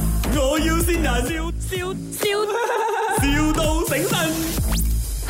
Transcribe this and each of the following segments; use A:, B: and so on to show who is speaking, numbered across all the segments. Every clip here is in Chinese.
A: 要先人，笑笑笑，,笑到醒神。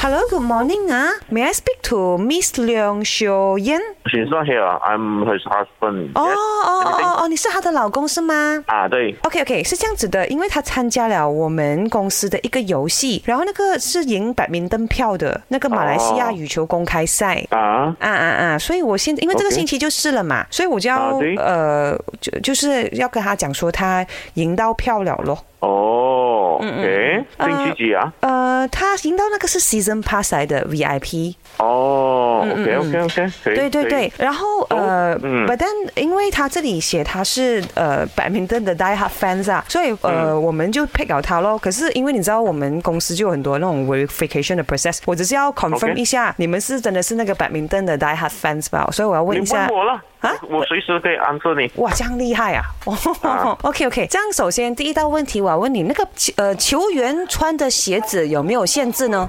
B: Hello, good morning 啊，May I speak to Miss Liang Xiu Yan？
C: She's not here. 啊 I'm his husband.
B: 哦
C: Yes.
B: 哦哦
C: Anything?
B: 哦哦，你是她的老公是吗？
C: 啊，对
B: OK OK，是这样子的，因为他参加了我们公司的一个游戏，然后那个是赢百名登票的那个马来西亚
C: 哦
B: 羽球公开赛。
C: 啊，
B: 啊啊啊！所以我现因为这个
C: OK
B: 星期就是了嘛所以我就要、
C: 啊对
B: 呃，就就是要跟他讲说他赢到票了咯。
C: 哦，OK，
B: 嗯
C: 星期几啊？
B: 呃，他赢到那个是 season pass 来的 VIP，
C: 哦
B: 呃嗯嗯嗯
C: ，OK，OK，OK，可以
B: 对对，
C: 可
B: 对
C: 以。
B: 然后呃，
C: 嗯
B: 但因为他这里写他是呃百明顿的 die hard fans 啊，所以呃、
C: 嗯
B: 我们就 pick 了他咯。可是因为你知道我们公司就有很多那种 verification 的 process，我只是要 confirm
C: OK
B: 一下你们是真的是那个百明顿的 die hard fans 吧？所以我要问一
C: 你
B: 下
C: 问。我了
B: 啊
C: 我随时可以 answer 你。
B: 哇，这样厉害啊！哦
C: 啊
B: OK OK，这样首先第一道问题我要问你，那个呃球员穿的鞋子有没有限制呢？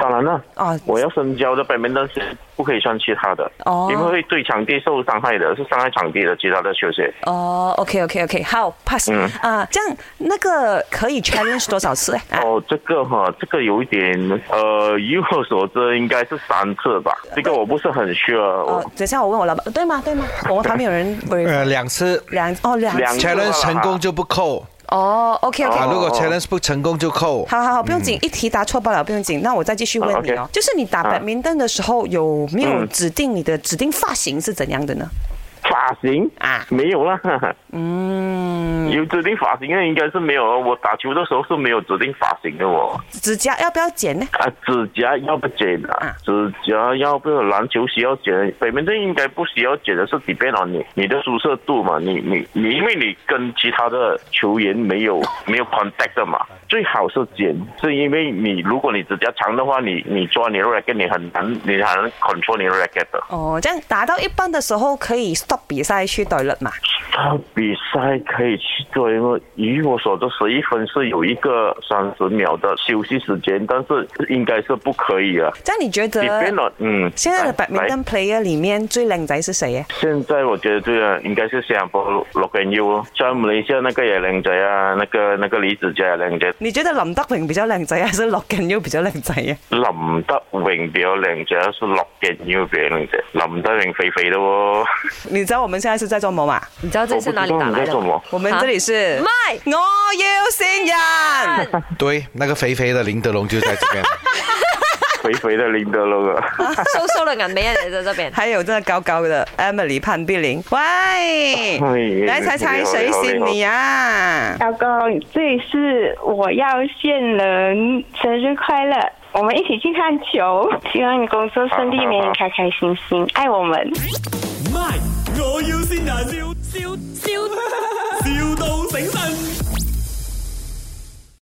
C: 当然了，
B: 哦
C: 我要深交的北门灯是不可以穿其他的，
B: 哦
C: 因为会对场地受伤害的，是伤害场地的其他的球鞋。
B: 哦，OK OK OK，好 pass
C: 嗯
B: 啊，这样那个可以 challenge 多少次？ 啊，
C: 哦，这个哈，这个有一点，呃，以我所知应该是三次吧，这个我不是很 sure，
B: 哦
C: 我，
B: 等一下我问我老板，对吗？对吗？我们旁边有人 verify
D: 呃，两次
B: 两哦两
C: 两次
D: challenge 成功就不扣
B: 哦，OK OK，
C: 哦
D: 啊，如果 challenge 不成功就扣。
B: 好好好，不用紧，一题答错不了，不用紧。那我再继续问你哦
C: 啊，OK，
B: 就是你打
C: 啊
B: 白明灯的时候有没有
C: 嗯
B: 指定你的指定发型是怎样的呢？
C: 发型
B: 啊
C: 没有啦，嗯，有指定发型的应该是没有啊，我打球的时候是没有指定发型的我
B: 指甲要不要剪呢？
C: 啊，指甲要不剪
B: 啊
C: 啊，指甲要不要篮球鞋要剪，北门队应该不需要剪的是 d e p 你你的舒适度嘛，你你你，因为你跟其他的球员没有没有 contact 的嘛，最好是剪，是因为你如果你指甲长的话，你你抓你的 racket 你很难你很难 control 你的 racket 的。
B: 哦，这样打到一半的时候可以 stop 比赛去 toilet 嘛？
C: 他比赛可以去做一个，以我所知，十一分是有一个三十秒的休息时间，但是应该是不可以啊。
B: 这样你觉
C: 你变
B: 得
C: 了，嗯，
B: 现在的
C: 来
B: 白明
C: 来
B: 灯 player 里面最靓仔是谁啊耶？
C: 现在我觉得对了，应该是新加坡罗根 U 咯，像马来西亚那个也靓仔啊，那个那个李子啊嘉也靓仔，
B: 你觉得林德荣比较靓仔，还是洛根又比较靓仔啊呀？
C: 林德荣比较靓仔，是罗根 U 比较靓仔，林德荣肥肥的哦，
B: 你知道我们现在是在做么嘛？
E: 你知道这是哪里打
C: 我不
E: 来的
C: 知道你在做什么
E: 吗？
B: 我们这里是
E: 啊麦
B: 我要新人。
D: 对，那个肥肥的林德龙就在这边。
C: 肥肥的林德龙啊。
E: 收收的眼眉也在这边。
B: 还有这个高高的 Emily 潘碧玲，喂，
C: 哎
B: 来猜猜谁是你啊？
F: 老公，这里是我要见人，生日快乐！我们一起去看球，希望你工作顺利，每天开开心心，爱我们。
A: 卖，我要先人，笑笑笑，